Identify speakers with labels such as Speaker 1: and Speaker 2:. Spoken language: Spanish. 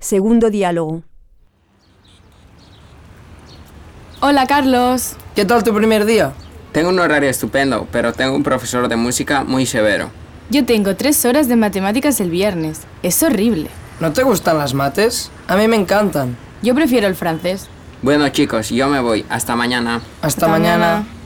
Speaker 1: Segundo diálogo.
Speaker 2: Hola Carlos.
Speaker 3: ¿Qué tal tu primer día?
Speaker 4: Tengo un horario estupendo, pero tengo un profesor de música muy severo.
Speaker 2: Yo tengo tres horas de matemáticas el viernes. Es horrible.
Speaker 3: ¿No te gustan las mates? A mí me encantan.
Speaker 2: Yo prefiero el francés.
Speaker 4: Bueno chicos, yo me voy. Hasta mañana.
Speaker 3: Hasta, mañana.